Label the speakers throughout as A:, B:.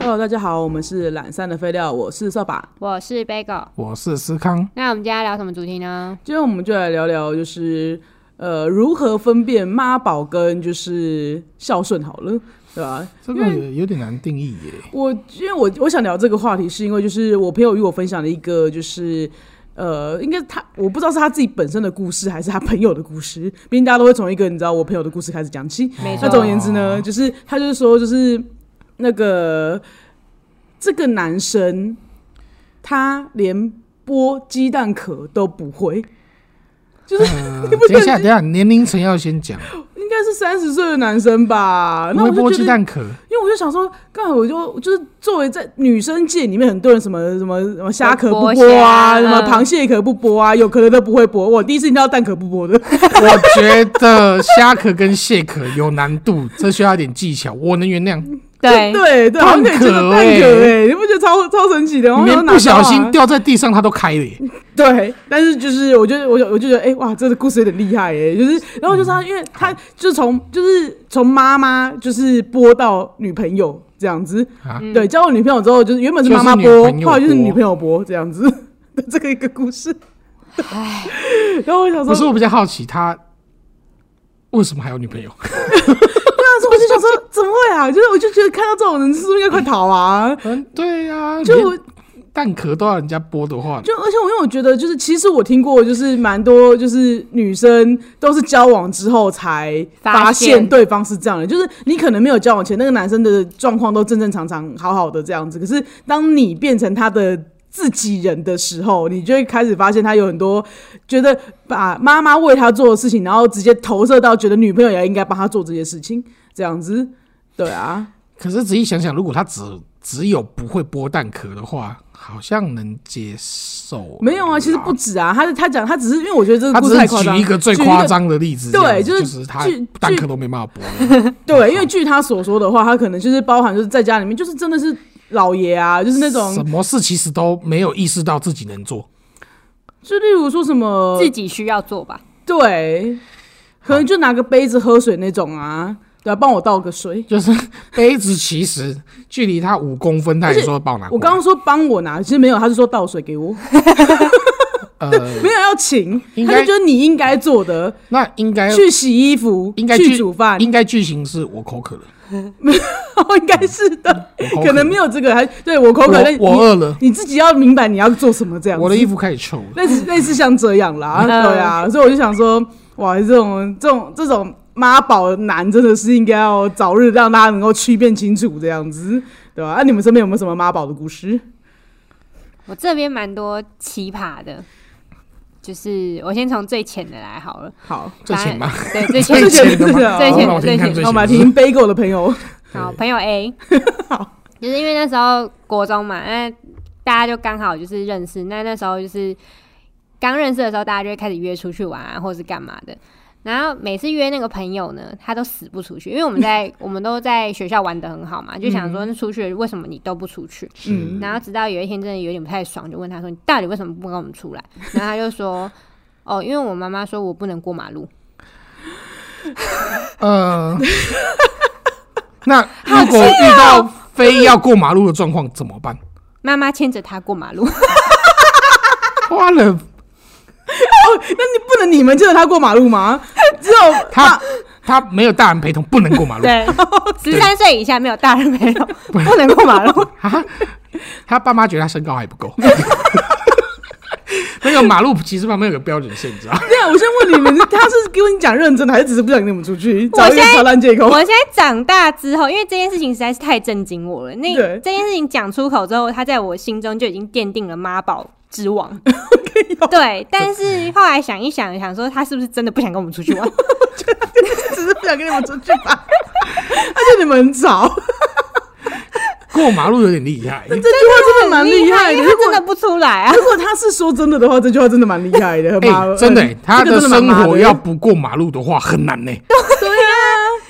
A: Hello，大家好，我们是懒散的废料，我是扫把。
B: 我是 Bagel。
C: 我是思康，
B: 那我们今天要聊什么主题呢？
A: 今天我们就来聊聊，就是呃，如何分辨妈宝跟就是孝顺好了，对吧？
C: 这个有有点难定义 耶。
A: 我因为我我想聊这个话题，是因为就是我朋友与我分享了一个就是。呃，应该他我不知道是他自己本身的故事，还是他朋友的故事。毕竟大家都会从一个你知道我朋友的故事开始讲起。
B: 没
A: 那
B: 错
A: 总而言之呢，就是他就是说，就是那个这个男生，他连剥鸡蛋壳都不会，
C: 呃，等一下，等一下，年龄层要先讲，
A: 应该是三十岁的男生吧？呃那
C: 微
A: 我
C: 波
A: 就
C: 鸡
A: 觉得，
C: 蛋壳，
A: 因为我就想说，刚好我就就是作为在女生界里面，很多人什么什么什么虾壳不
B: 不剥
A: 剥啊，
B: 虾
A: 什么
B: 嗯
A: 螃蟹壳不剥啊，有壳的都不会剥。我第一次听到蛋壳不剥的，
C: 我觉得虾壳跟蟹壳有难度， 这需要一点技巧，我能原谅。
B: 对，
A: 对对，好像可以
C: 蛋
A: 接
C: 壳
A: 受蛋
C: 欸
A: 壳哎、你不觉得超超神奇的？然后
C: 你
A: 我
C: 连
A: 拿到
C: 不小
A: 啊
C: 心掉在地上，它都开了耶。
A: 对，但是就是我觉得，我就我就觉得，哎、哇，这个故事有点厉害耶、就是，然后就是
C: 嗯
A: 他，因为他就是从就是从妈妈就是播到女朋友这样子，
C: 啊
A: 对，交了女朋友之后，就是原本是妈妈
C: 就是女
A: 播，
C: 朋友
A: 后来就是
C: 播
A: 女朋友播这样子 的这个一个故事。
B: 唉，
A: 然后我想
C: 可
A: 说，
C: 是我比较好奇，他为什么还有女 朋友？
A: 那时候我就想说，怎么会啊？就是我就觉得看到这种人，是不是应该快逃啊？
C: 嗯， 对呀、
A: 就我
C: 连蛋壳都让人家剥的话，
A: 就而且我因为我觉得，就是其实我听过，就是蛮多就是女生都是交往之后才发
B: 发
A: 现
B: 现
A: 对方是这样的，就是你可能没有交往前那个男生的状况都正正常常好好的这样子，可是当你变成他的。自己人的时候，你就会开始发现他有很多觉得把妈妈为他做的事情，然后直接投射到觉得女朋友也应该帮他做这些事情，这样子，对啊，
C: 可是仔细想想，如果他只只有不会剥蛋壳的话，好像能接受。
A: 没有啊，其实不止啊，他他讲他只是因为我觉得这个
C: 他
A: 故
C: 只
A: 事太
C: 是
A: 夸
C: 举
A: 张，
C: 一个最
A: 举
C: 夸张的例子这
A: 对
C: 样子，
A: 就是
C: 就是他
A: 据
C: 蛋
A: 据
C: 壳都没办法剥了。
A: 对，因为据他所说的话，他可能就是包含就是在家里面，就是真的是老爷啊，就是 那种
C: 什，么事其实都没有意识到自己能做，
A: 就例如说什么，
B: 自己需要做吧。
A: 对，可能就拿个杯子喝水那种啊，对啊，帮我倒个水。
C: 就是杯子其实距离他五公分，他也说帮我拿
A: 我
C: 过来。
A: 刚刚说帮我拿，其实没有，他是说倒水给我，
C: 呃，
A: 没有要请，
C: 应
A: 他
C: 该
A: 就觉得你应该做的，
C: 那应 该
A: 去洗衣服，
C: 应该
A: 去
C: 去
A: 煮饭，
C: 应该剧情是我口渴了，
A: 应该是的，
C: 我口渴
A: 可能没有这个，还对我口渴，但
C: 了我我
A: 你
C: 饿了，
A: 你自己要明白你要做什么这样子。
C: 我的衣服开始臭了。
A: 类似 类似像这样啦，
B: 嗯
A: 对啊，所以我就想说，哇，这种这种这种妈宝男真的是应该要早日让大家能够区辨清楚这样子，对吧、啊？你们身边有没有什么妈宝的故事？
B: 我这边蛮多奇葩的，就是我先从最浅的来好了。
A: 好，
C: 最浅吗？
B: 对，最浅的。
C: 最浅的吗？
B: 最浅的
C: 好那我听听看
B: 最
C: 最
A: 那我们
C: 浅
A: 来
C: 的。
A: 听 Bagel 的朋友，
B: 好，朋友 A，就是因为那时候国中嘛，那大家就刚好就是认识，那那时候就是刚认识的时候，大家就会开始约出去玩啊，或者是干嘛的。然后每次约那个朋友呢，他都死不出去，因为我们在 我们都在学校玩的很好嘛，就想说那出去为什么你都不出去？
A: 嗯，
B: 然后直到有一天真的有点不太爽，就问他说：“你到底为什么不跟我们出来？”然后他就说：“哦，因为我妈妈说我不能过马路。
C: 呃，那如果遇到非要过马路的状况怎么办？”
B: 妈妈牵着他过马路，
C: 花了
A: 你不能你们牵着他过马路吗？ 只有
C: 他他没有大人陪同，不能过马路。
B: 对，十三岁以下没有大人陪同， 不能过马路。
C: 啊，他爸妈觉得他身高还不够。 那个马路其实旁边有个标准线，你知道吗？
A: 这样，我先问你们，他是跟你讲认真的，还是只是不想跟你们出去？
B: 我
A: 找一个
B: 现在
A: 超烂借口。
B: 我现在长大之后，因为这件事情实在是太震惊我了。那
A: 对
B: 这件事情讲出口之后，他在我心中就已经奠定了妈宝之 王。对，但是后来想一想，想说他是不是真的不想跟我们出去玩？
A: 只是不想跟你们出去吧， 而且你们很 吵，
C: 过马路有点厉害
A: 这。句话真的蛮厉害的。
B: 因
A: 如
B: 为他
A: 果
B: 真的不出来啊。
A: 如果他是说真的的话，这句话真的蛮厉害的，
C: 哎、
A: 妈、
C: 真的、
A: 嗯
C: 欸，他
A: 这个
C: 的
A: 真的蛮
C: 生
A: 妈
C: 活
A: 的
C: 要不过马路的话很难呢、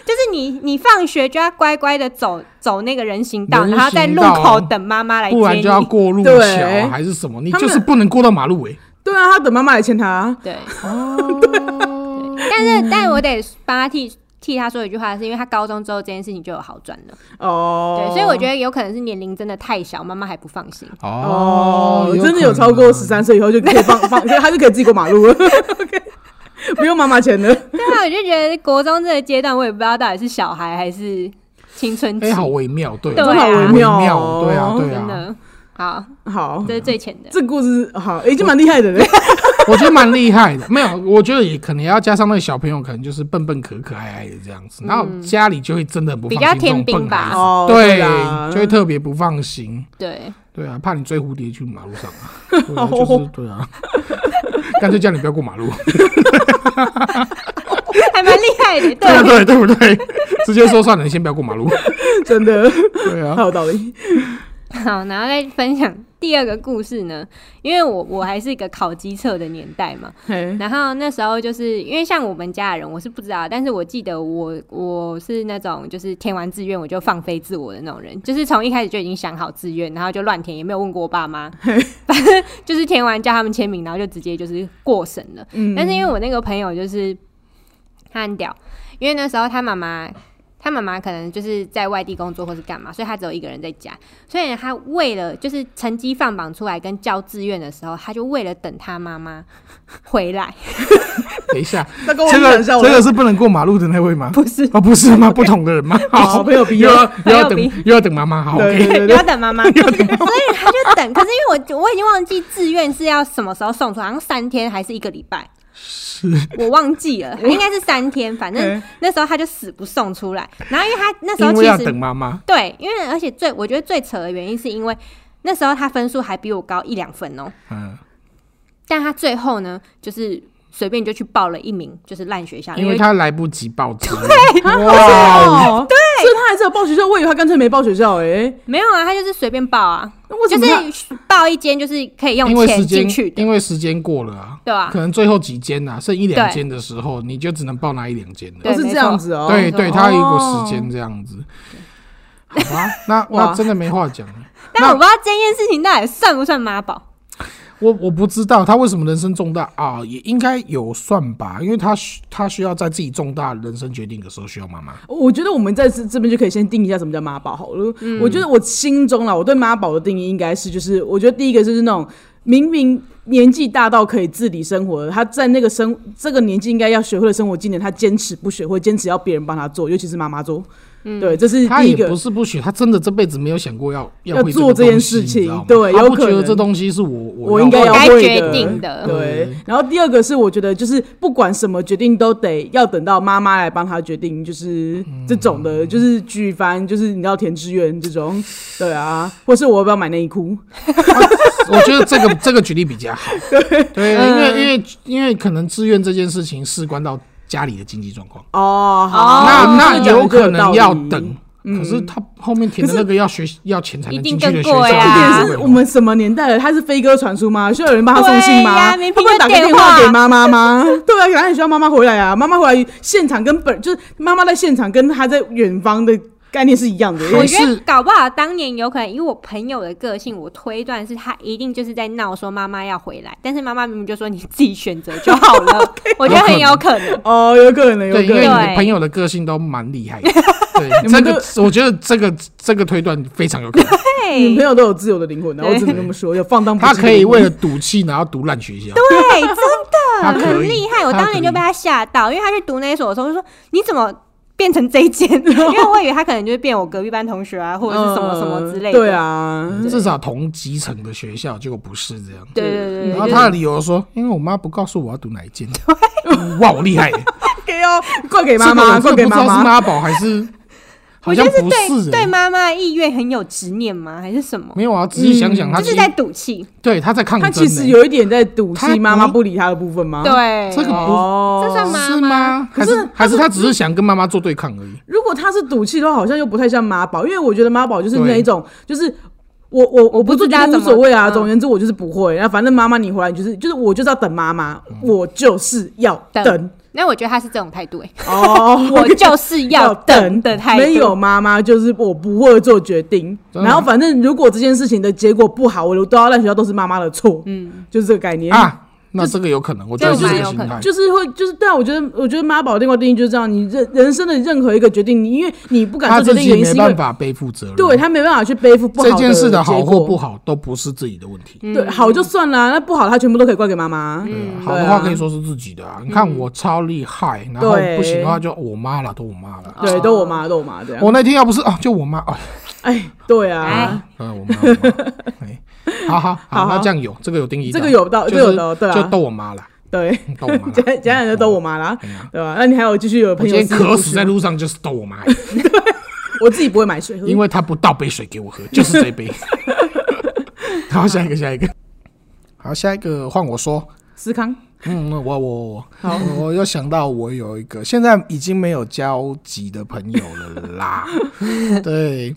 B: 就是你，你放学就要乖乖的走走那个人行道，
C: 人行
B: 然后在路口等妈妈来接
C: 不然
B: 你
C: 就。要过路
A: 对
C: 桥啊还是什么，你
A: 他们
C: 就是不能过到马路哎、
A: 对啊，他等妈妈来牵他，
B: 对，
C: 哦，
B: 但是但我得帮他替替他说一句话，是因为他高中之后这件事情就有好转了。
A: 哦，
B: 对，所以我觉得有可能是年龄真的太小，妈妈还不放 心。
A: 哦，真的
C: 有
A: 有
C: 可
A: 超过
C: 能啊
A: 十三岁以后就可以放放， 他就可以自己过马路了 OK，不用妈妈钱了。
B: 对啊，我就觉得国中这个阶段，我也不知道到底是小孩还是青春期，
C: 哎，好微妙，对，
B: 对啊
C: 好微
A: 好微妙
C: 妙，
A: 哦
C: 对啊，对
B: 真
C: 啊，
B: 的好，
A: 好，
B: 这是最浅的。
A: 这故事好，已经蛮厉害的嘞。
C: 我觉得蛮厉害的。没有，我觉得也可能要加上那个小朋友，可能就是笨笨可可爱爱的这样子，然后家里就会真的很不放心
B: 嗯比较天
C: 这种笨
B: 兵吧
C: 孩子
A: 哦对啦
C: 对，就会特别不放心。
B: 对，
C: 对啊，怕你追蝴蝶去马路上啊，对 啊就是对啊，干脆叫你不要过马路，
B: 还蛮厉害的。
C: 对啊
B: 对，
C: 对对不对？直接说算了，你先不要过马路，
A: 真 的，
C: 对啊
A: 好，有道理。
B: 好，然后再分享第二个故事呢，因为我我还是一个考机测的年代嘛，
A: 嘿，
B: 然后那时候就是因为像我们家人，我是不知道，但是我记得我我是那种就是填完志愿我就放飞自我的那种人，就是从一开始就已经想好志愿，然后就乱填，也没有问过我爸妈，反正就是填完叫他们签名，然后就直接就是过审了。
A: 嗯
B: 但是因为我那个朋友就是他很屌，因为那时候他妈妈。他妈妈可能就是在外地工作或是干嘛，所以他只有一个人在家。所以他为了就是成绩放榜出来跟交志愿的时候，他就为了等他妈妈回来，
C: 等一下，
A: 那跟我
C: 这个
A: 讲一下，
C: 这
A: 我的
C: 个是不能过马路的那位 吗？
B: 不是
C: 哦，不是吗？不同的人吗？
A: 好
C: 好，
A: 朋友逼
C: 又
A: 我。
C: 要又
B: 朋友
C: 要等
B: 逼
C: 又要等妈妈，好
A: 对对
C: ，OK，
A: 对
B: 你
A: 对
B: 要，等妈妈， 所以他就等。可是因为我我已经忘记志愿是要什么时候送出，好像三天还是一个礼拜，
C: 是
B: 我忘记了，应该是三天。反正
A: 嗯
B: 那时候他就死不送出来，然后因为他那时候
C: 因
B: 其
C: 为要
B: 实
C: 等妈妈，
B: 对，因为而且最我觉得最扯的原因是因为那时候他分数还比我高一两分哦、
C: 嗯，
B: 但他最后呢就是随便就去报了一名就是烂学校，
C: 因
B: 为
C: 为他来不及报 纸，哇，
A: 哦，对，所以他还是有报学校，我以为他干脆没报学校哎。
B: 没有啊，他就是随便报啊，
A: 那为什
B: 就
A: 么他？
B: 是报一间就是可以
C: 因
B: 用
C: 为
B: 钱
C: 时
B: 进
C: 间
B: 去的
C: 因，为时间过了啊，
B: 对吧、
C: 可能最后几间啊呐，剩一两
B: 对
C: 间的时候，你就只能报那一两间了。
A: 哦
B: 对
A: 是
B: 没
A: 这
B: 错
A: 样子哦。
C: 对
B: 没错
C: 对，他有过时间这样子。好吧，那
A: 哇
C: 那真的没话讲了。
B: 但我不知道这件事情到底算不算妈宝。
C: 我我不知道他为什么人生重大啊，也应该有算吧，因为他需他需要在自己重大人生决定的时候需要妈妈。
A: 我觉得我们在这这边就可以先定义一下什么叫妈宝好了。我觉得我心中啦，我对妈宝的定义应该是，就是我觉得第一个就是那种明明年纪大到可以自理生活了，他在那个生这个年纪应该要学会的生活技能，他坚持不学会，坚持要别人帮他做，尤其是妈妈做。对，这是
C: 他
A: 第一
C: 也
A: 个
C: 不。是不学，他真的这辈子没有想过要
A: 要
C: 会
A: 做
C: 这
A: 这
C: 个
A: 件
C: 东
A: 事
C: 西
A: 情
C: 你知道吗
A: 对
C: 他
A: 有
C: 不
A: 可
C: 觉得
A: 能
C: 这东西是我我
A: 我应该要
B: 该
A: 会
B: 决
A: 的
B: 定
C: 嗯
B: 的
A: 对
C: 对。
A: 然后第二个是，我觉得就是不管什么决定都得要等到妈妈来帮他决定，就是
C: 嗯
A: 这种的，就是举凡就是你要填志愿这种，对啊，或是我要不要买内裤，
C: 我觉得这个这个举例比 较好，对，因
B: 嗯
C: 为因为因为可能志愿这件事情事关到家里的经济状况，
A: 哦，好，
B: 哦
C: 那那
A: 这个
C: 有
A: 讲得有道
C: 可能
A: 理
C: 要等。可是他后面填的
A: 可是
C: 那个要学要钱才
B: 嗯
C: 能
B: 一定
C: 进去的
B: 更
C: 学校，
B: 贵
A: 重
B: 啊
A: 点是我们什么年代了？他是飞鸽传书吗？需要有人帮他送信
B: 对
A: 吗？
B: 呀
A: 他
B: 明明
A: 不能
B: 就
A: 打个
B: 电
A: 电话
B: 话
A: 给妈妈吗？对啊，哪里需要妈妈回来啊？妈妈回来现场跟本就是妈妈在现场跟她在远方的概念是一样的。
C: 还
B: 我
C: 是
B: 觉得搞不好当年有可能，以我朋友的个性，我推断是他一定就是在闹说妈妈要回来，但是妈妈明明就说你自己选择就好 了，我觉得很有可能。
A: 哦，有可能，有
C: 对，因
A: 可
C: 为你
A: 能。
C: 的
B: 对
C: 朋友的个性都蛮 厉害的。对，
A: 你们
C: 这个我觉得这个这个推断非常有 可能，
A: 女朋
B: 对
A: 友都有自由的灵魂的，
B: 对
A: 我只能这么说，有放荡不羁
C: 他
A: 的
C: 可以
A: 灵魂
C: 为了赌气然后读烂学校，
B: 对，
C: 他
B: 真的
C: 可
B: 很
C: 以
B: 厉害。我
C: 他
B: 当年就被
C: 可以
B: 他吓到，因为他去读那一所的时候，我就说你怎么变成这一 间？因为我以为他可能就是变我隔壁班同学啊，或者是什么什么之类
A: 嗯
B: 的。
A: 对，啊，
C: 至少同基层的学校，结果不是这样。
B: 对对对
C: 然
B: 对
C: 后
B: 就
C: 他
B: 是。
C: 的理由说，因为我妈不告诉我要读哪一间。哇，我厉害耶！
A: 给哦，快给
C: 这
A: 妈
C: 个
A: 妈，
C: 我
A: 快
C: 真的
A: 给
C: 不知道
A: 妈妈。
C: 是妈宝还 是，好
B: 我
C: 像
B: 觉得
C: 不
B: 对
C: 是
B: 对
C: 耶。
B: 妈妈的意愿很有执念吗？还是什么？
C: 没有啊，仔细想
A: 嗯
C: 想，他
B: 就是
C: 其
B: 在
C: 实
B: 赌气。
C: 对他在抗
A: 他
C: 争
A: 其实
C: 耶。
A: 有一点在赌
C: 他
A: 气
C: 不
A: 妈妈不理他的部分吗？，
B: 对
C: 这个不
A: 哦
B: 这，算妈
C: 是吗？
A: 可
C: 还是
A: 是
C: 还是他只是想跟妈妈做对抗而已？
A: 如果他是赌气的话，好像又不太像妈宝，因为我觉得妈宝就是那
C: 对
A: 一种，就是我我我
B: 不
A: 做
B: 知道
A: 就无
B: 怎么
A: 所谓啊，
B: 嗯
A: 总而言之我就是不会，然后反正妈妈你回来你就是就是我就是要等妈妈，我就是要
B: 等
A: 等
B: 那我觉得他是这种态度、欸，，
A: 哦
B: 我就是要等的态度。
A: 没有妈妈就是我不会做决定，
C: 真的
A: 然后反正如果这件事情的结果不好，我都要让学校都是妈妈的错，嗯，就是这个概念。
C: 啊，那这个有可能，我觉得
B: 这
C: 是
B: 个蛮
C: 这个
B: 有
C: 心
B: 可
C: 态
B: 能。
A: 就是会，就是对啊，我觉得，我觉得妈宝另外定义就是这样，你人人生的任何一个决定，你因为你不敢
C: 他
A: 做
C: 自
A: 决定，
C: 己
A: 原因
C: 没
A: 是因为
C: 办法背负责任。
A: 对他没办法去背负不好
C: 嗯这件事
A: 的
C: 的好
A: 结
C: 或
A: 果嗯
C: 不好都不是自己的问题。
A: 对，好就算了，那不好他全部都可以怪给妈妈。
C: 对啊
A: 嗯
C: 好的话可以说是自己的啊。你看我超厉害，然后
A: 对
C: 不行的话就我妈了，都我妈了。
A: 对，都我妈，都我妈这样。
C: 啊我那天要不是啊，就我妈啊，
A: 哎，对啊，
C: 呃，我妈，我妈哎，好好
A: 好
C: 好，那这样有这个有定义到，
A: 这个有到
C: 就
A: 这个有
C: 是
A: 到对啊
C: 就逗我妈了，
A: 对，
C: 嗯逗我妈啦
A: 简简单讲就都我妈啦，
C: 哎呀
A: 对吧？那你还有继续有
C: 我
A: 朋
C: 今
A: 友
C: 天
A: 私人
C: 渴
A: 故事
C: 死在
A: 吗，
C: 路上就是逗我妈，
A: 我自己不会买水喝，
C: 因为她不倒杯水给我喝，就是这杯。 好，下一个，下一个，好，下一个换我说。
A: 思康
C: 嗯，我我我，嗯
A: 好
C: 我我又想到我有一个现在已经没有交集的朋友了 啦，对，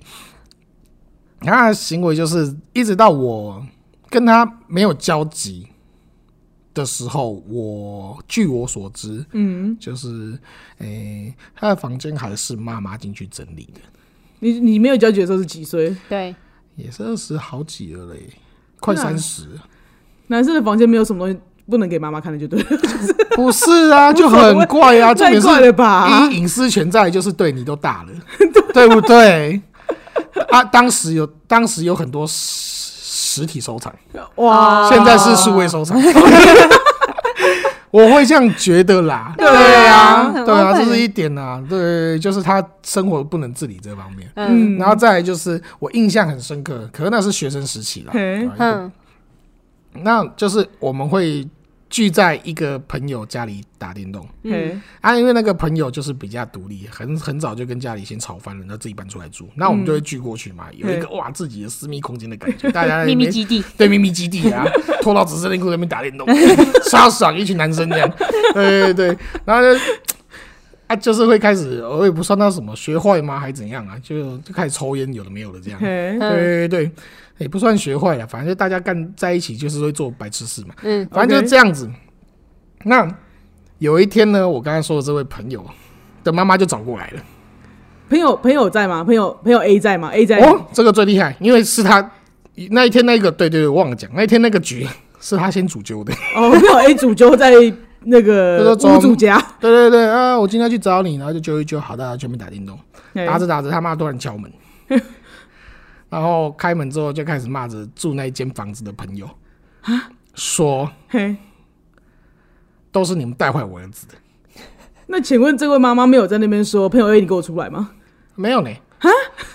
C: 他的行为就是一直到我跟他没有交集的时候，我据我所知，嗯，就是诶、他的房间还是妈妈进去整理的，
A: 你你没有交集的时候是几岁？
B: 对，
C: 也是二十好几了嘞，快
A: 那
C: 三十，
A: 男生的房间没有什么东西不能给妈妈看的，就对了，
C: 不是啊，就很 怪啊，重
A: 太
C: 点是
A: 快了吧
C: 一？隐私权在就是对你都 大了，对不对？啊，当时有当时有很多实实体收藏，
A: 哇，
B: 啊
C: 现在是数位收 藏。我会这样觉得啦，
B: 对
C: 啊
B: 啊，
C: 对啊，
B: 很 open
C: 这是一点啊，对，就是他生活不能自理这方面。
B: 嗯
C: 然后再来就是我印象很深刻，可是那是学生时期啦，
A: 嘿
C: 对啊
B: 哼，
C: 那就是我们会聚在一个朋友家里打电动。
A: 嘿
C: 啊，因为那个朋友就是比较独立，很很早就跟家里先吵翻了，那自己搬出来住，那我
B: 嗯
C: 们就会聚过去嘛，有一个哇自己的私密空间的感 觉，大家
B: 嗯
C: 在那
B: 秘
C: 边
B: 密基地，
C: 对秘密基地 啊，脱到只剩内裤在那边打电动， 超爽，一群男生这样，对对对，然后就啊就是会开始，我也不算他什么学坏吗，还怎样啊，就就开始抽烟，有的没有的
B: 嗯
C: 这样，
A: 嘿，
C: 对对对，也不算学坏了，啊反正就大家干在一起就是会做白痴事嘛，
B: 嗯，
C: 反正就是
A: OK
C: 这样子。那有一天呢，我刚才说的这位朋友的妈妈就找过来了。
A: 朋友朋友在吗？朋友朋友 A 在吗？A 在
C: 哦，这个最厉害，因为是他那一天那个，对对对，我忘了讲，那一天那个局 是他先主揪的。
A: 哦，朋友 A 主就在那个
C: 就是
A: 屋主家，
C: 对对 对啊，我今天去找你，然后就揪一揪，好，大家全部打电动，
A: 嘿
C: 打着打着，他妈突然敲 门，然后开门之后就开始骂着住那一间房子的朋友，啊说
A: 嘿。
C: 都是你们带坏我儿子的，
A: 那请问这位妈妈没有在那边说朋友 A 你给我出来吗？
C: 没有呢。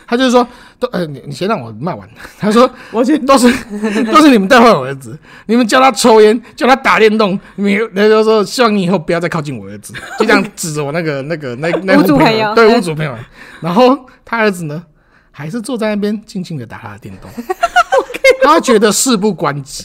C: 他就是说，都呃，你你先让我骂完。他说，
A: 我觉得
C: 都是 都是你们带坏我儿子，你们叫他抽烟，叫他打电动，你们那就说希望你以后不要再靠近我儿子，就这样指着我那个那个那那
B: 屋
C: 户
B: 主
C: 朋
B: 朋
C: 友，
B: 友
C: 对屋主朋友，然后他儿子呢，还是坐在那边静静的打他的 电动，他觉得事不关己，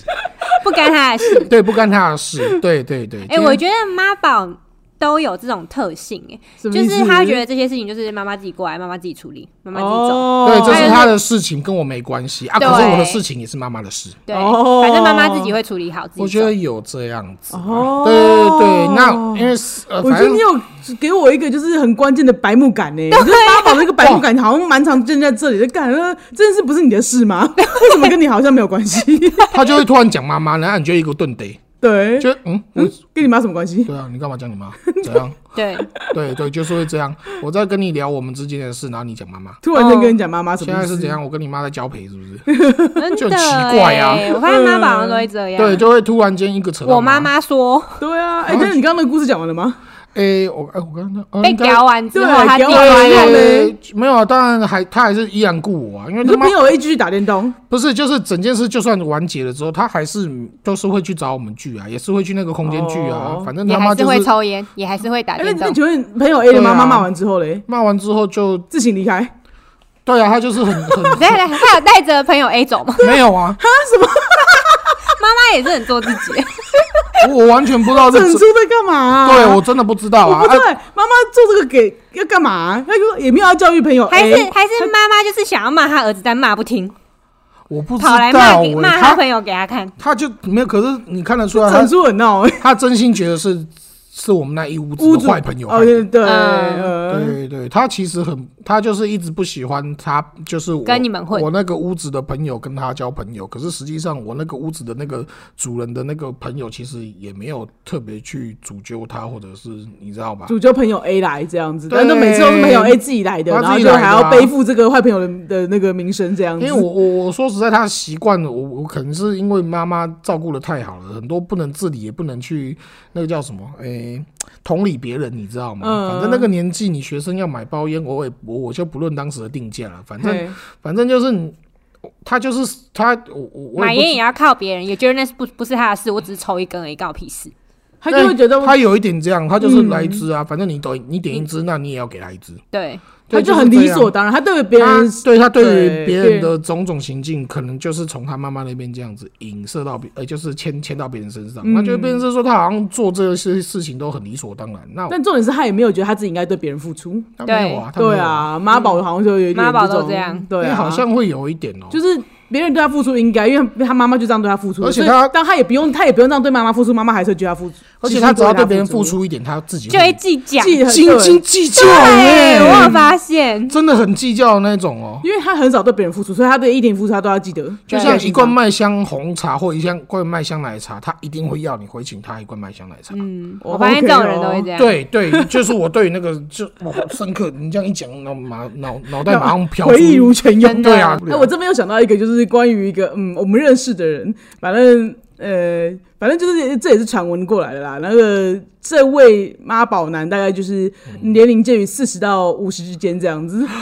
B: 不干他的事。
C: 对，不干他的事，对对对，
B: 哎、我觉得妈宝都有这种特性、哎。
A: 什么
B: 就
A: 意
B: 是
A: 思？
B: 他觉得这些事情就是妈妈自己过来，妈妈自己处理，妈妈自己走。
A: 哦，
C: 对，这
B: 还
C: 是
B: 有那
C: 他的事情，跟我没关系啊。可
B: 对
C: 是我的事情也是妈妈的事，
B: 对，
A: 哦
B: 反正妈妈自己会处理好自己走。
C: 我觉得有这样子啊。
A: 哦
C: 对对对，那因为呃，
A: 我觉
C: 反
A: 得
C: 正
A: 你有给我一个就是很关键的白目感呢、欸，你就是妈宝的一个白目感，好像蛮常见在这里的感，呃真的是不是你的事吗？ 为什么跟你好像没有关系？
C: 他就会突然讲妈妈，然后你就一个顿逮，
A: 对，
C: 就嗯，我
A: 嗯，跟你妈什么关系？
C: 对啊，你干嘛讲你妈？怎样？
B: 对，
C: 对对，就是会这样。我在跟你聊我们之间的事，然后你讲妈妈。
A: 突然间跟你讲妈妈什
C: 哦现
A: 么
C: 在
A: 意
C: 是
A: 思
C: 怎？样？我跟你妈在交配，是不是？
B: 真
C: 就
B: 的、
C: 很奇怪啊
B: 哎我发现妈宝好像都会这样。
C: 对，就会突然间一个扯到
B: 啊我妈。妈说
A: 对啊，哎、但是你刚刚那个故事讲完了吗？
C: 哎，我哎，我刚刚哦
B: 被
C: 应该
B: 屌完之后，
A: 对
B: 她自己
A: 屌完了
B: 关了。
C: 哎没有啊，当然还他还是依然顾我啊，因为
A: 你
C: 他
A: 说
C: 妈
A: 朋友 A 继续打电动，
C: 不是就是整件事就算完结了之后，他还是都是会去找我们聚啊，也是会去那个空间聚啊
A: 哦，
C: 反正
B: 也
C: 他
B: 还
C: 妈
B: 是
C: 就
B: 会
C: 是
B: 抽烟，也还是会打
A: 哎、那
B: 电
A: 那
B: 动。
A: 请问朋友 A 的妈
C: 对
A: 妈
C: 啊
A: 骂完之后嘞，
C: 骂完之后就
A: 自行离开啊？
C: 对啊，他就是很很
B: 对对，她有带着朋友 A 走吗？
C: 没有啊，
A: 什么？
B: 妈妈也是很做自 己，
C: 我我完全不知道这
A: 整出在干嘛、啊？
C: 对我真的不知道
A: 我
C: 啊，
A: 不
C: 啊
A: 对，妈妈做这个给要干嘛？那个也没有要教育朋友哎 A，
B: 还是
C: 哎
B: 还是妈妈就是想要骂她儿子，但骂不听，
C: 我不知
B: 跑来
C: 道
B: 骂
C: 欸
B: 给骂她
C: 他
B: 朋友给她看。
C: 他就没有，可是你看得出来
A: 整
C: 他，
A: 出很闹、欸。
C: 他真心觉得是是我们那一屋
A: 屋
C: 子
A: 主
C: 的坏朋友。
A: 哦，
C: 坏朋友
A: 对对，
B: 嗯
A: 呃
C: 对对，他其实很，他就是一直不喜欢他，就是我
B: 跟你们混
C: 我那个屋子的朋友跟他交朋友，可是实际上我那个屋子的那个主人的那个朋友，其实也没有特别去主揪他，或者是你知道吧？
A: 主就朋友 A 来这样子，
C: 对
A: 但都每次都是朋友 A 自己来的，
C: 他
A: 然后
C: 自己
A: 就
C: 来的
A: 还
C: 啊
A: 要背负这个坏朋友的的那个名声这样
C: 因
A: 子。
C: 为我我我说实在，他习惯了，我我可能是因为妈妈照顾的太好了，很多不能自理，也不能去那个叫什么，诶、同理别人，你知道吗？
A: 嗯
C: 反正那个年纪，你学生要买包烟，我也我我就不论当时的定价了，反正
A: 嘿
C: 反正就是你他就是他，我我我
B: 买
C: 也不
B: 烟也要靠别人，也觉得那是不不是他的事，我只是抽一根而已，干我屁事。
A: 他就会觉得嗯
C: 他有一点这样，他就是来一支啊，反正你点你点一支，那你也要给他一支，
B: 对，
A: 他
C: 对
A: 就
C: 就是
A: 很
C: 这
A: 理
C: 样
A: 所当然，他对别
C: 他
A: 人
C: 对他对
A: 对
C: 于别人的种种行径，可能就是从他妈妈那边这样子影射到别，呃，就是牵牵到别人身上，
A: 嗯
C: 那就变成是说他好像做这些事情都很理所当然。那
A: 但重点是他也没有觉得他自己应该对别人付出。
C: 他没有啊，他没有
A: 对，啊，妈宝好像就有一点
B: 妈宝
A: 这种
B: 都这样
A: 对
C: 因
A: 啊，
C: 为好像会有一点哦，
A: 就是别人对他付出应该，因为他妈妈就这样对他付出的，
C: 而且
A: 所以
C: 他
A: 但他也不用，他也不用这样对妈妈付出，妈妈还是会觉得他付出，
C: 而且他只要对别人付
A: 其实
C: 出一点，他自己
B: 就会计较。
A: 是对他付出，
C: 斤
A: 记很
C: 斤计较
B: 对，
C: 欸
B: 我有发现，
C: 真的很计较的那种哦。
A: 对，因为他很少对别人付出，所以他对一点付出他都要记得，哦
C: 就
B: 对
C: 像一罐麦香红茶或一箱罐麦香奶茶，他一定会要你回请他一罐麦香奶茶。
B: 嗯，
A: 哦
B: 我发现
A: OK
B: 这种人都会这样。
C: 对对，就是我对于那个就我好深刻，你这样一讲，脑马脑脑袋马上飘出
A: 回忆如泉涌。
B: 真的
C: 对啊，
A: 哎、我这边又想到一个，就是关于一个嗯，我们认识的人，反正呃，反正就是这也是传闻过来的啦。那个这位妈宝男大概就是
C: 嗯
A: 年龄介于四十到五十之间这样子。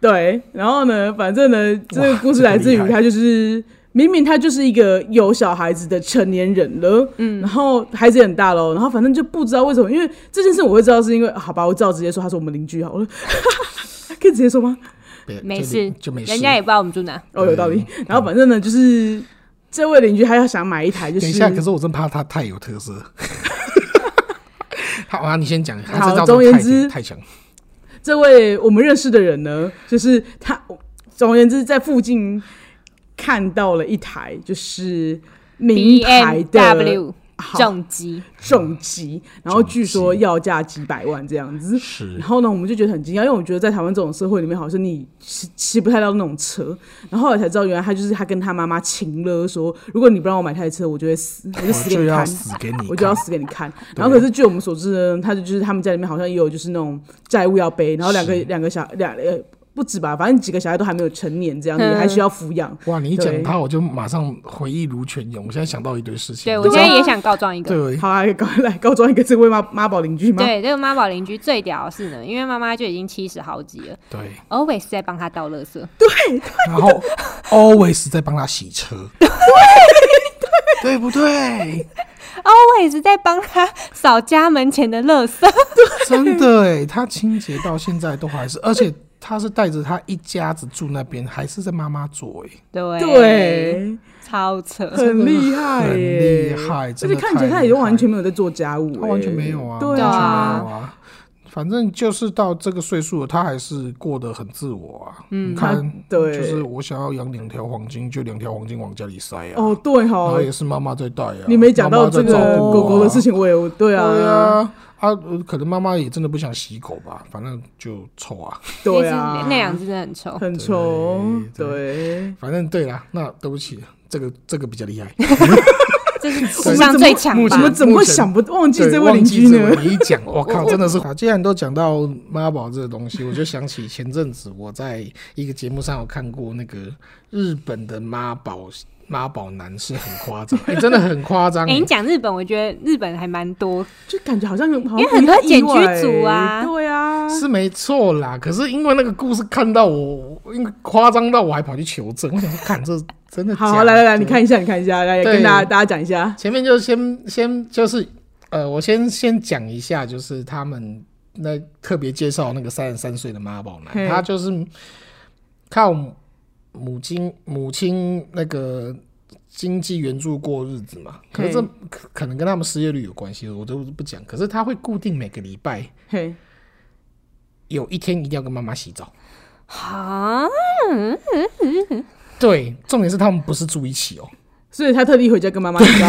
A: 对，然后呢，反正呢，这个故事来自于
C: 这个厉害
A: 他就是。明明他就是一个有小孩子的成年人了，嗯，然后孩子也很大喽，然后反正就不知道为什么，因为这件事我会知道是因为，好吧，我知道直接说他是我们邻居好了， 可以直接说吗？
C: 别
B: 没
C: 就
B: 事
C: 就没事。
B: 人家也不知道我们住哪。
A: 哦，有道理。然后反正呢，就是这位邻居他要想买一台，就
C: 等一
A: 是
C: 下，可是我真怕他太有特色。 好啊，你先讲。他
A: 好
C: 这招
A: 总而言
C: 真的太
A: 之
C: 太强。
A: 这位我们认识的人呢，就是他，总而言之，在附近看到了一台就是名
B: B
A: 牌
B: M
A: 的
B: W
A: 好
B: 重机，
A: 重机，然后据说
C: 重机
A: 要价几百万这样子。
C: 是
A: 然后呢，我们就觉得很惊讶，因为我们觉得在台湾这种社会里面，好像你骑骑不太到那种车。然后后来才知道，原来他就是他跟他妈妈情了，说如果你不让我买台车，我就会死，我就死
C: 我
A: 给
C: 就
A: 你
C: 要
A: 看。
C: 死给你看，
A: 我就要死给你看。然后可是据我们所知呢，他就就是他们家里面好像也有就是那种债务要背，然后两个
C: 是
A: 两个小两呃不止吧，反正几个小孩都还没有成年这样子，
B: 嗯
A: 还需要抚养。
C: 哇！你一
A: 对
C: 讲他，我就马上回忆如泉涌。我现在想到一堆事情。
B: 对我
C: 对
B: 现在也想告状一个。
C: 对
A: 好啊，搞来告状一个这位妈妈宝邻居吗？
B: 对，这个妈宝邻居最屌的是呢，因为妈妈就已经七十好几了
C: 对，
B: ，always 在帮他倒垃圾。
C: 然后 always 在帮他洗车，对对不对？
B: always 在帮他扫家门前的垃圾。
C: 真的哎，他清洁到现在都还是，而且他是带着他一家子住那边，还是在妈妈做哎，
B: 对，
A: 对，
B: 超扯。
A: 很厉害
C: 很
A: 耶，
C: 厉害，
A: 而
C: 真
A: 且
C: 的
A: 看起来他
C: 太
A: 也
C: 厉
A: 就
C: 害
A: 完全没有在做家务、
C: 他
A: 哎
C: 完全没有啊，
A: 对
C: 完全
B: 啊
C: 没有啊。反正就是到这个岁数了，他还是过得很自我啊。嗯，
A: 他
C: 看，
A: 对
C: 就是我想要养两条黄金，就两条黄金往家里塞啊。
A: 哦，对
C: 然后
A: 哈，
C: 也是妈妈在带啊。
A: 你没讲到这
C: 妈妈在
A: 个
C: 照顾我啊
A: 狗狗的事，情，我也我对
C: 对
A: 啊，
C: 啊，啊，呃可能妈妈也真的不想洗狗吧，反正就臭啊。
A: 对啊
B: 那，只那两只真的 很臭。
A: 很丑，
C: 对
A: 对。
C: 反正对啦，那对不起，这个这个比较 厉害。
B: 这是史上最强
C: 目
A: 我
B: 吧
C: 前？
A: 们怎么会
C: 目前
A: 想不忘记
C: 对
A: 这位
C: 忘
A: 邻
C: 记
A: 居
C: 这
A: 呢
C: 位？你一 讲，我靠，真的是。既然都讲到妈宝这个东西，我就想起前阵子我在一个节目上有看过那个日本的妈宝妈宝男是很夸 张，哎，真的很夸张
B: 哎、。
A: 啊
B: 你讲日本，我觉得日本还蛮多。
A: 就感觉好像好像
B: 因为很多
A: 意外欸
B: 简居族啊
A: 对啊，
C: 是没错啦，可是因为那个故事看到我，我因为夸张到我还跑去求证，我想说，看这真的
A: 好
C: 假
A: 好
C: 的
A: 来来来，你看一下，你看一下，来
C: 对
A: 跟大家大家讲一下，
C: 前面就先先就是呃，我先先讲一下，就是他们那特别介绍那个三十三岁的妈宝
A: 嘿
C: 男，他就是靠母母亲母亲那个经济援助过日子嘛。可是这
A: 嘿
C: 可可能跟他们失业率有关系，我都不讲。可是他会固定每个礼拜
A: 嘿，
C: 有一天一定要跟妈妈洗澡。
B: 哈，
C: 对，重点是他们不是住一起哦，
A: 所以他特地回家跟妈妈洗澡，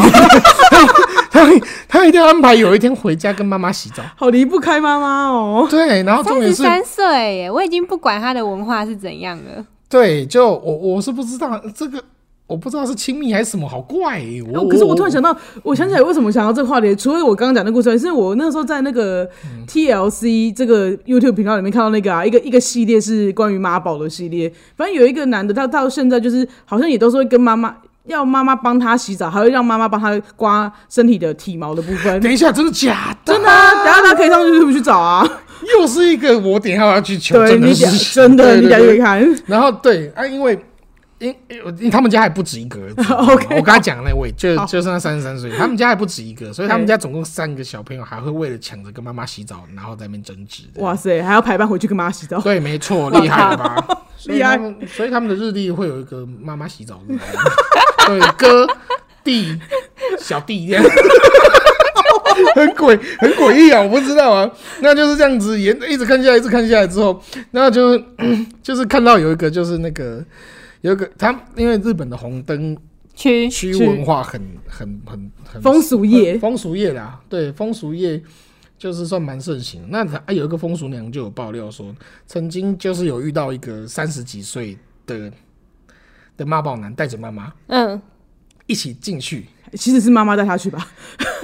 C: 他他一定要安排有一天回家跟妈妈洗澡。
A: 好离不开妈妈哦。
C: 对，然后重
B: 三
C: 点
B: 十
C: 是，
B: 三岁耶，我已经不管他的文化是怎样了。
C: 对，就我我是不知道这个，我不知道是亲密还是什么，好怪、欸。我、
A: 哦可是我突然想到，我想起来为什么想到这个话题，除了我刚刚讲的故事，外，是我那时候在那个
C: 嗯
A: TLC 这个 YouTube 频道里面看到那个啊，一个一个系列是关于妈宝的系列，反正有一个男的，他到现在就是好像也都是会跟妈妈。要妈妈帮他洗澡，还会让妈妈帮他刮身体的体毛的部分。
C: 等一下，真的假的？
A: 真的、啊，等一下大家可以上 YouTube 去找啊。
C: 又是一个我等一下要去求
A: 对
C: 证
A: 你
C: 的
A: 讲
C: 事情。
A: 真的，
C: 对
A: 你
C: 对
A: 讲
C: 对
A: 就看。
C: 然后对啊，因为因因因他们家还不止一 个儿子
A: OK，
C: 我刚才讲那位就
A: 好
C: 就是那三十三岁，他们家还不止一个，所以他们家总共三个小朋友还会为了抢着跟妈妈洗澡，然后在那边争执。
A: 哇！塞，还要排班回去跟妈妈洗澡。
C: 对，没错，
B: 哇
C: 厉害了 吧？所
A: 哦
C: 以
A: 厉害
C: 他们，所以他们的日历会有一个妈妈洗澡日， 对，哥、弟、小弟这样， 很诡很诡异啊！我不知道啊，那就是这样子，沿一直看下来，一直看下来之后，那就是就是看到有一个就是那个有一个他，因为日本的红灯
B: 去
C: 区文化很很很很
A: 风俗业
C: 风俗业啦，对，风俗业就是算蛮盛行的。那他、啊有一个风俗娘就有爆料说，曾经就是有遇到一个三十几岁的的妈宝男，带着妈妈
B: 嗯，
C: 一起进去，
A: 其实是妈妈带他去吧。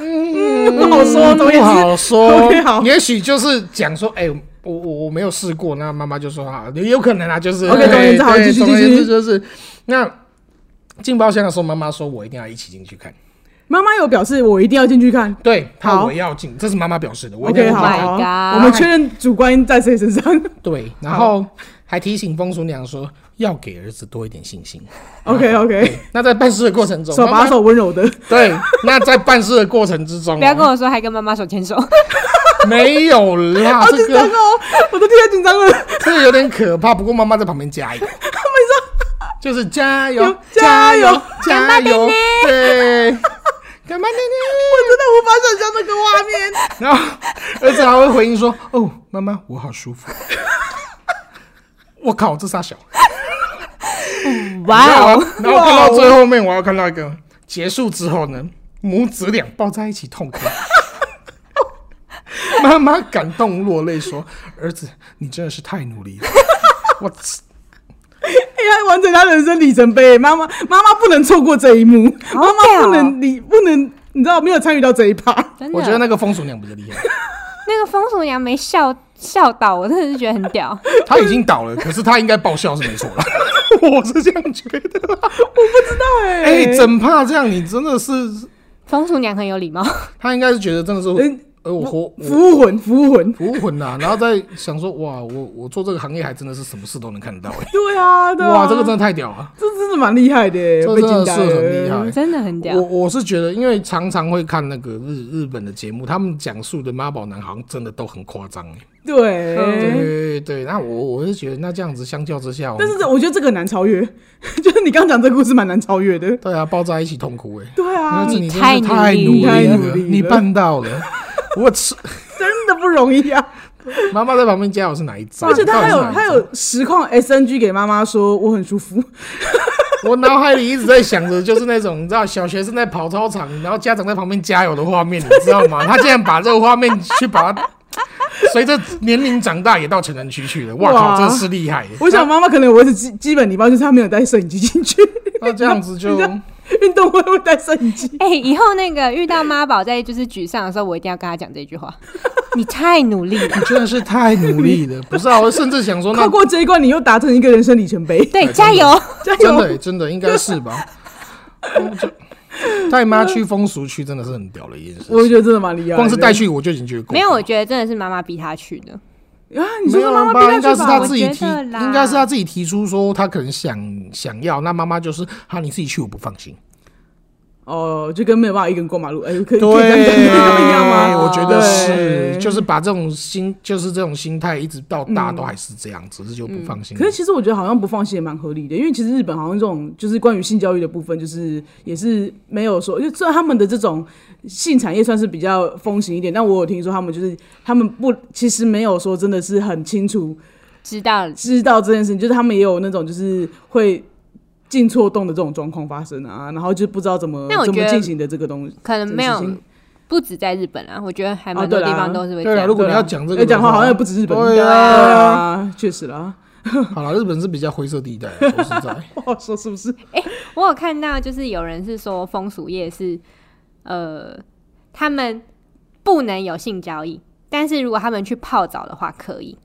A: 嗯，不 好说，总而言
C: 不
A: 之，
C: 好说
A: 不好，
C: 也许就是讲说，哎、我我我没有试过，那妈妈就说好，也有可能啊，就是
A: OK，总而言之好
C: 对
A: 继续
C: 总而言
A: 继续
C: 之就是那进包厢的时候，妈妈说我一定要一起进去看。
A: 妈妈有表示我一定要进去看。
C: 对，他
A: 好
C: 我要进，这是妈妈表示的。我一定
A: OK，
C: 要
A: 好，
C: 进去
B: Oh
A: 好
B: my god
A: 我们确认主观在谁身 上。
C: 对，然后还提醒风俗娘说要给儿子多一点信心。
A: OK OK，
C: 那在办事的过程中，
A: 手
C: 妈妈
A: 把手温柔的，
C: 对，那在办事的过程之中哦，
B: 不要跟我说还跟妈妈手牵手，
C: 没有 啦，
A: 好
C: 这
A: 紧张
C: 个
A: 哦，我都替他紧张了。
C: 这个有点可怕。不过妈妈在旁边加油，就是加油
A: 有，
C: 加
A: 加
C: 油
A: 油，
C: 加油，对，干嘛呢？
A: 我真的无法想象那个画面。
C: 然后儿子还会回应说：“哦，妈妈，我好舒服。” 我靠，这傻小。
A: 哎
C: 然
B: 哇
C: 后
B: 哦！
C: 然后看到最后面，我要看到一个结束之后呢，母子俩抱在一起痛哭。妈妈感动落泪说：“儿子，你真的是太努力了。我
A: 哎、他完成他人生里程碑，妈妈妈妈不能错过这一幕，妈妈
B: 屌
A: 不能你不能，你知道没有参与到这一趴。
B: 真的，
C: 我觉得那个风俗娘比较厉害，
B: 那个风俗娘没笑笑倒，我真的是觉得很屌。
C: 她已经倒了，可是她应该爆笑是没错了。我是这样觉得。
A: 哎
C: 哎、整怕这样，你真的是，
B: 风俗娘很有礼貌，
C: 她应该是觉得真的是，
A: 嗯
C: 呃，我活我
A: 服务魂，服务魂，
C: 不混呐、然后再想说，哇，我我做这个行业还真的是什么事都能看得到、欸，
A: 对啊，对啊，
C: 哇，这个真的太屌了，
A: 这真的蛮厉害的耶，
C: 这
A: 被
C: 真哎的
A: 惊
C: 是
A: 呆
C: 很厉
A: 了。
C: 害。
B: 真的很屌
C: 我。我是觉得，因为常常会看那个日日本的节目，他们讲述的妈宝男好像真的都很夸张、欸，
A: 对，
C: 对对对。那我我是觉得，那这样子相较之下，我
A: 但是这我觉得这个很难超越， 就是你刚讲这个故事蛮难超越的。
C: 对啊，抱在一起痛哭、欸，哎、
A: 对啊
C: 那，是你真的
B: 太努
C: 太
B: 力
C: 努力
A: 了
C: 了，你办到了。我吃，
A: 真的不容易啊！
C: 妈妈在旁边加油是哪一招？
A: 而且他还有
C: 到底是哪一
A: 还
C: 招
A: 有实况 SNG 给妈妈说我很舒 服，
C: 我脑海里一直在想着，就是那种你知道小学生在跑操场，然后家长在旁边加油的画面，你知道吗？他竟然把这个画面去把它， 随着年龄长大也到成人区去了。哇靠，
A: 哇
C: 真是厉害耶！
A: 我想妈妈可能有一次基基本礼貌就是她没有带摄影机进去，
C: 那这样子就
A: 运动会会带摄影机。
B: 哎、以后那个遇到妈宝在就是沮丧的时候，我一定要跟他讲这句话： 你太努力 了，
C: 你真的是太努力了，不是啊？我甚至想说，那
A: 跨过这一关，你又达成一个人生里程 碑，
B: 对，加油！
A: 加
C: 真的
A: 油！
C: 耶真的应该是吧？我就带妈去风俗区真的是很屌的一件事
A: 啊我
C: 情。
A: 觉得真的蛮厉害的，
C: 光是带去我就已经觉得够了
B: 没有，我觉得真的是妈妈逼他去的。
A: 啊！你说
C: 没
A: 是
C: 有
A: 妈妈
C: 吧
A: 逼她
C: 应该是
A: 去
C: 他
A: 吧？
C: 自己
B: 我觉
C: 提，
B: 得啦
C: 应该是他自己提出说他可能想想要，那妈妈就是啊，你自己去我不放心。
A: 哦，就跟没有办法一个人过马路，哎，可以可以这样 讲一样吗？
C: 我觉得是，
A: 对嗯
C: 就是把这种心，就是这种心态一直到大都还是这样，只是就不放心。
A: 可是其实我觉得好像不放心也蛮合理的，因为其实日本好像这种就是呃关于性教育的部分，就是也是没有说，因为虽然他们的这种性产业算是比较风行一点，但我有听说他们就是他们不其实没有说真的是很清楚
B: 知道了，
A: 知道这件事情，就是他们也有那种就是会。进错洞的这种状况发生啊，然后就不知道怎么
B: 那我
A: 怎
B: 觉
A: 么
B: 得
A: 进行的这个东西。啊
B: 可能没
A: 这个事
B: 有
A: 情，
B: 不止在日本啊，我觉得还蛮
A: 啊对
B: 多
A: 啦
B: 地方都是会这
C: 哦对啊，
B: 样。
C: 如果
A: 对
C: 你
A: 啊
C: 要讲这
A: 要
C: 个
A: 讲
C: 的话，
A: 话好像也不止日本，
C: 对
A: 对
C: 啊，
A: 啊，确实啦，
C: 好了，日本是比较灰色地带，说实 在，
A: 不好哦说是不是？
B: 我有看到，就是有人是说风俗业是，呃，他们不能有性交易，但是如果他们去泡澡的话可以。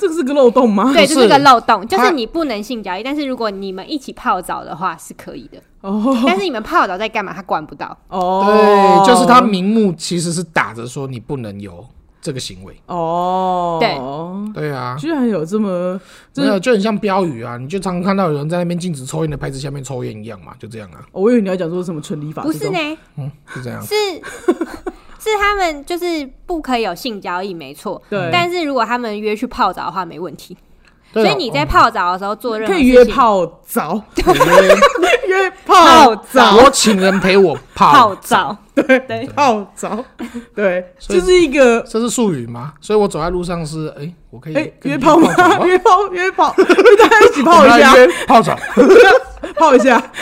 A: 这个是个漏洞吗？
B: 对，
C: 不
B: 就是
C: 哦是
B: 个漏洞，就
C: 他
B: 是你不能性交易，但是如果你们一起泡澡的话是可以的。
A: 哦
B: 但是你们泡澡在干嘛？他管不到。
A: 哦，
C: 对，就是他明目其实是打着说你不能有这个行为，
A: 哦，对，
C: 对啊，
A: 居然有这么哦就
C: 没
A: 是
C: 有，就很像标语啊，你就常看到有人在那边禁止抽烟的牌子下面抽烟一样嘛，就这样啊，
A: 哦我以为你要讲说什么纯理法
B: 不
A: 这
B: 是
A: 种，
B: 呢，
C: 嗯，就 这样。
B: 是 是他们就是不可以有性交易，没错。
A: 对，
B: 但是如果他们约去泡澡的话，没问题。
C: 对
B: 所以
C: 啊
A: 哦
B: 你在泡澡的时候做任何
A: 可
B: 事
A: 以
B: 情，
A: 约泡 澡，
C: 我约
A: 约泡澡，
C: 我请人陪我
B: 泡
C: 泡，
B: 澡，
A: 对
B: 对
A: 泡澡， 对，
C: 所以
A: 就是一个
C: 这是术语吗？所以我走在路上是，哎，我可以
A: 哎
C: 跟
A: 约
C: 你
A: 炮吗
C: 澡？
A: 约炮约炮，大家一起泡
C: 我
A: 一
C: 们
A: 下
C: 来， 约泡澡，
A: 泡一下，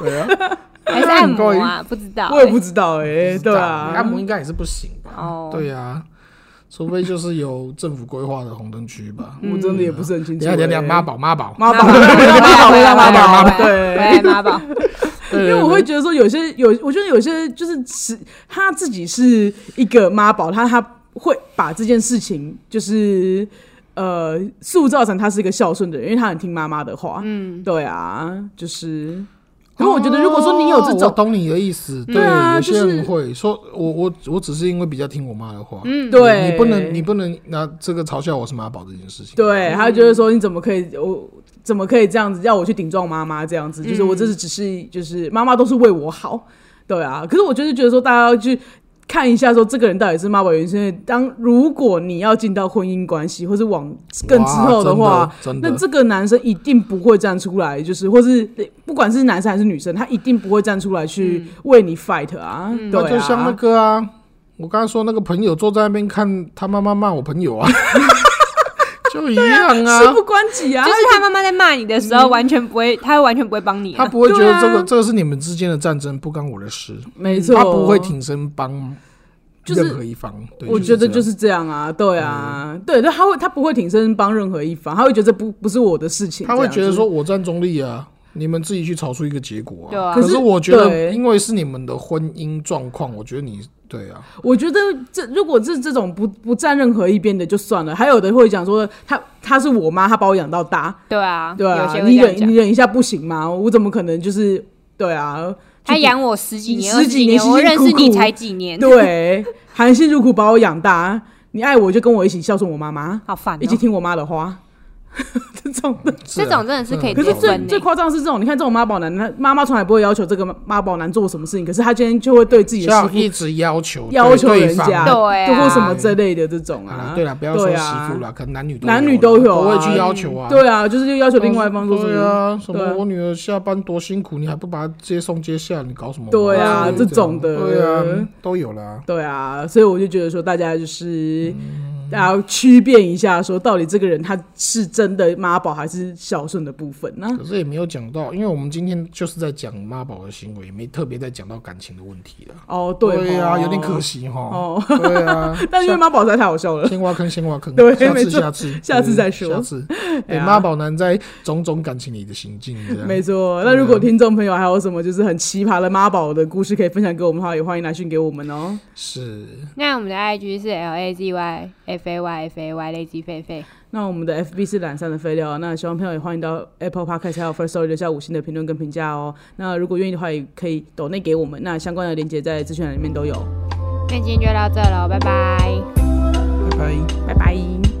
C: 对啊，
B: 还是按摩 啊？不知道欸、
A: 我也不知道哎，对
C: 你按
A: 啊，
C: 摩应该也是不行吧？
B: 哦
C: 对啊，除非就是有政府规划的红灯区吧。
A: 我真的也不是很清楚
C: 等一下
A: 欸，
C: 等一下，妈宝妈宝，
A: 妈宝，
B: 嗯妈宝
A: 回来妈宝，妈宝，
B: 回
A: 对。
B: 来妈宝，
A: 因
C: 对
A: 为我会觉得说，有些有，我觉得有些就是是他自己是一个妈宝，他他会把这件事情就是呃塑造成他是一个孝顺的人，因为他很听妈妈的话。嗯，对啊，就是。然后我觉得，如果说你有这
C: 哦我
A: 种，
C: 懂你的意思，对，
A: 对啊
C: 有些
A: 就是
C: 人会说，我我我只是因为比较听我妈的话，嗯，
A: 对
C: 你不能你不能拿这个嘲笑我是妈宝这件事情，，
A: 对，他就是说你怎么可以我。怎么可以这样子？要我去顶撞妈妈这样子？
C: 嗯
A: 就是我这是只是就是妈妈都是为我好，对啊。可是我就是觉得说，大家要去看一下说这个人到底是妈宝原因。因为当如果你要进到婚姻关系，或是往更之后的话，
C: 哇，真
A: 那
C: 的真的
A: 这个男生一定不会站出来，就是或是不管是男生还是女生，他一定不会站出来去为你 fight 啊，对
C: 嗯那
A: 啊，
C: 就像那个啊，我刚才说那个朋友坐在那边看他妈妈骂我朋友啊， 就一样
A: 事
C: 啊，
A: 不关己啊，
B: 就是他妈妈在骂你的时
A: 嗯
B: 候，完全不会，他完全不会帮你、
C: 他
B: 啊。
C: 不会觉
A: 对
C: 得
A: 啊
C: 这个这个是你们之间的战争，不干我的事，
A: 没错，
C: 他不会挺身帮
A: 就是
C: 任何一方，对，
A: 我觉得
C: 这
A: 就
C: 样嗯
A: 是这样啊，对啊，对，对，他会他不会挺身帮任何一方，他会觉得这不不是我的事情，
C: 他会
A: 这样
C: 觉得
A: 子
C: 说我站中立啊，你们自己去吵出一个结果啊。
B: 对啊
C: 可
A: 可是
C: 是我觉得，
A: 对
C: 因为是你们的婚姻状况，我觉得你对啊，
A: 我觉得这如果是这种不不站任何一边的就算了，还有的会讲说他他是我妈，他把我养到大，
B: 对啊，
A: 对
B: 有
A: 啊
B: 些，会
A: 你
B: 这样
A: 忍你
B: 讲。
A: 忍一下不行吗？我怎么可能就是对啊？
B: 他
A: 就
B: 养我十几年、
A: 十
B: 二
A: 几
B: 几
A: 年辛辛
B: 我认识
A: 苦
B: 你
A: 苦
B: 才几年，
A: 对，含辛茹苦把我养大，你爱我就跟我一起孝顺我妈 妈，
B: 好烦、哦
A: 一起听我妈的话， 这种的。
C: 是
B: 这
C: 啊
B: 种真的是可以
A: 可是
B: 得
A: 最
B: 分
A: 最
B: 呢。
A: 夸张的是这种，你看这种妈宝男，他妈妈从来不会要求这个妈宝男做什么事情，可是他今天就会对自己
C: 就
A: 的
C: 要
A: 媳妇
C: 一直要求
A: 要求
C: 对
A: 人家，
B: 对
C: 对
B: 啊
A: 就或什么之类的这种
C: 方啊
A: 啊，
C: 对了，不要说媳
A: 对啊
C: 妇了，可能男女
A: 男
C: 女
A: 女都有
C: 不
A: 啊
C: 会去要求啊。
A: 对啊，就是就要求另外一方做什
C: 对
A: 么，
C: 啊，什
A: 对啊
C: 么我女儿下班多辛苦，你还不把她接送接下，你搞什么嘛？
A: 对啊
C: 就是
A: 这种的
C: 对啊，都有啦。
A: 对啊，所以我就觉得说，大家就是大家区辨一下，说到底这个人他是真的妈宝还是孝顺的部分呢？
C: 可是也没有讲到，因为我们今天就是在讲妈宝的行为，也没特别在讲到感情的问题啦。
A: 哦，对
C: 对
A: 啊，
C: 啊，有点可
A: 惜
C: 惜哈。
A: 哦，，
C: 对啊
A: 但因为妈宝实在太好笑了
C: 下。先挖坑，先挖坑，
A: 对
C: 下
A: 没
C: 次
A: 错
C: 下次
A: 下次
C: 对
A: 再说
C: 下 次
A: 哎
C: 对
A: 呀
C: 妈宝男在种种感情里的行径，这样
A: 没错，那如果听众朋友还有什么就是很奇葩的妈宝的故事可以分享给我们的话，也欢迎来讯给我们哦。
C: 是
B: 那我们的 IG 是 L A Z Y F A Y F A Y 累积狒狒，
A: 那我们的 FB 是懒散的废料，那喜欢朋友也欢迎到 Apple Podcast 还有 First Story 留下五星的评论跟评价哦。那如果愿意的话，也可以抖内给我们，那相关的链接在资讯栏里面都有。
B: 那今天就到这了，拜拜。
C: 拜
A: 拜
C: 拜。
A: 拜。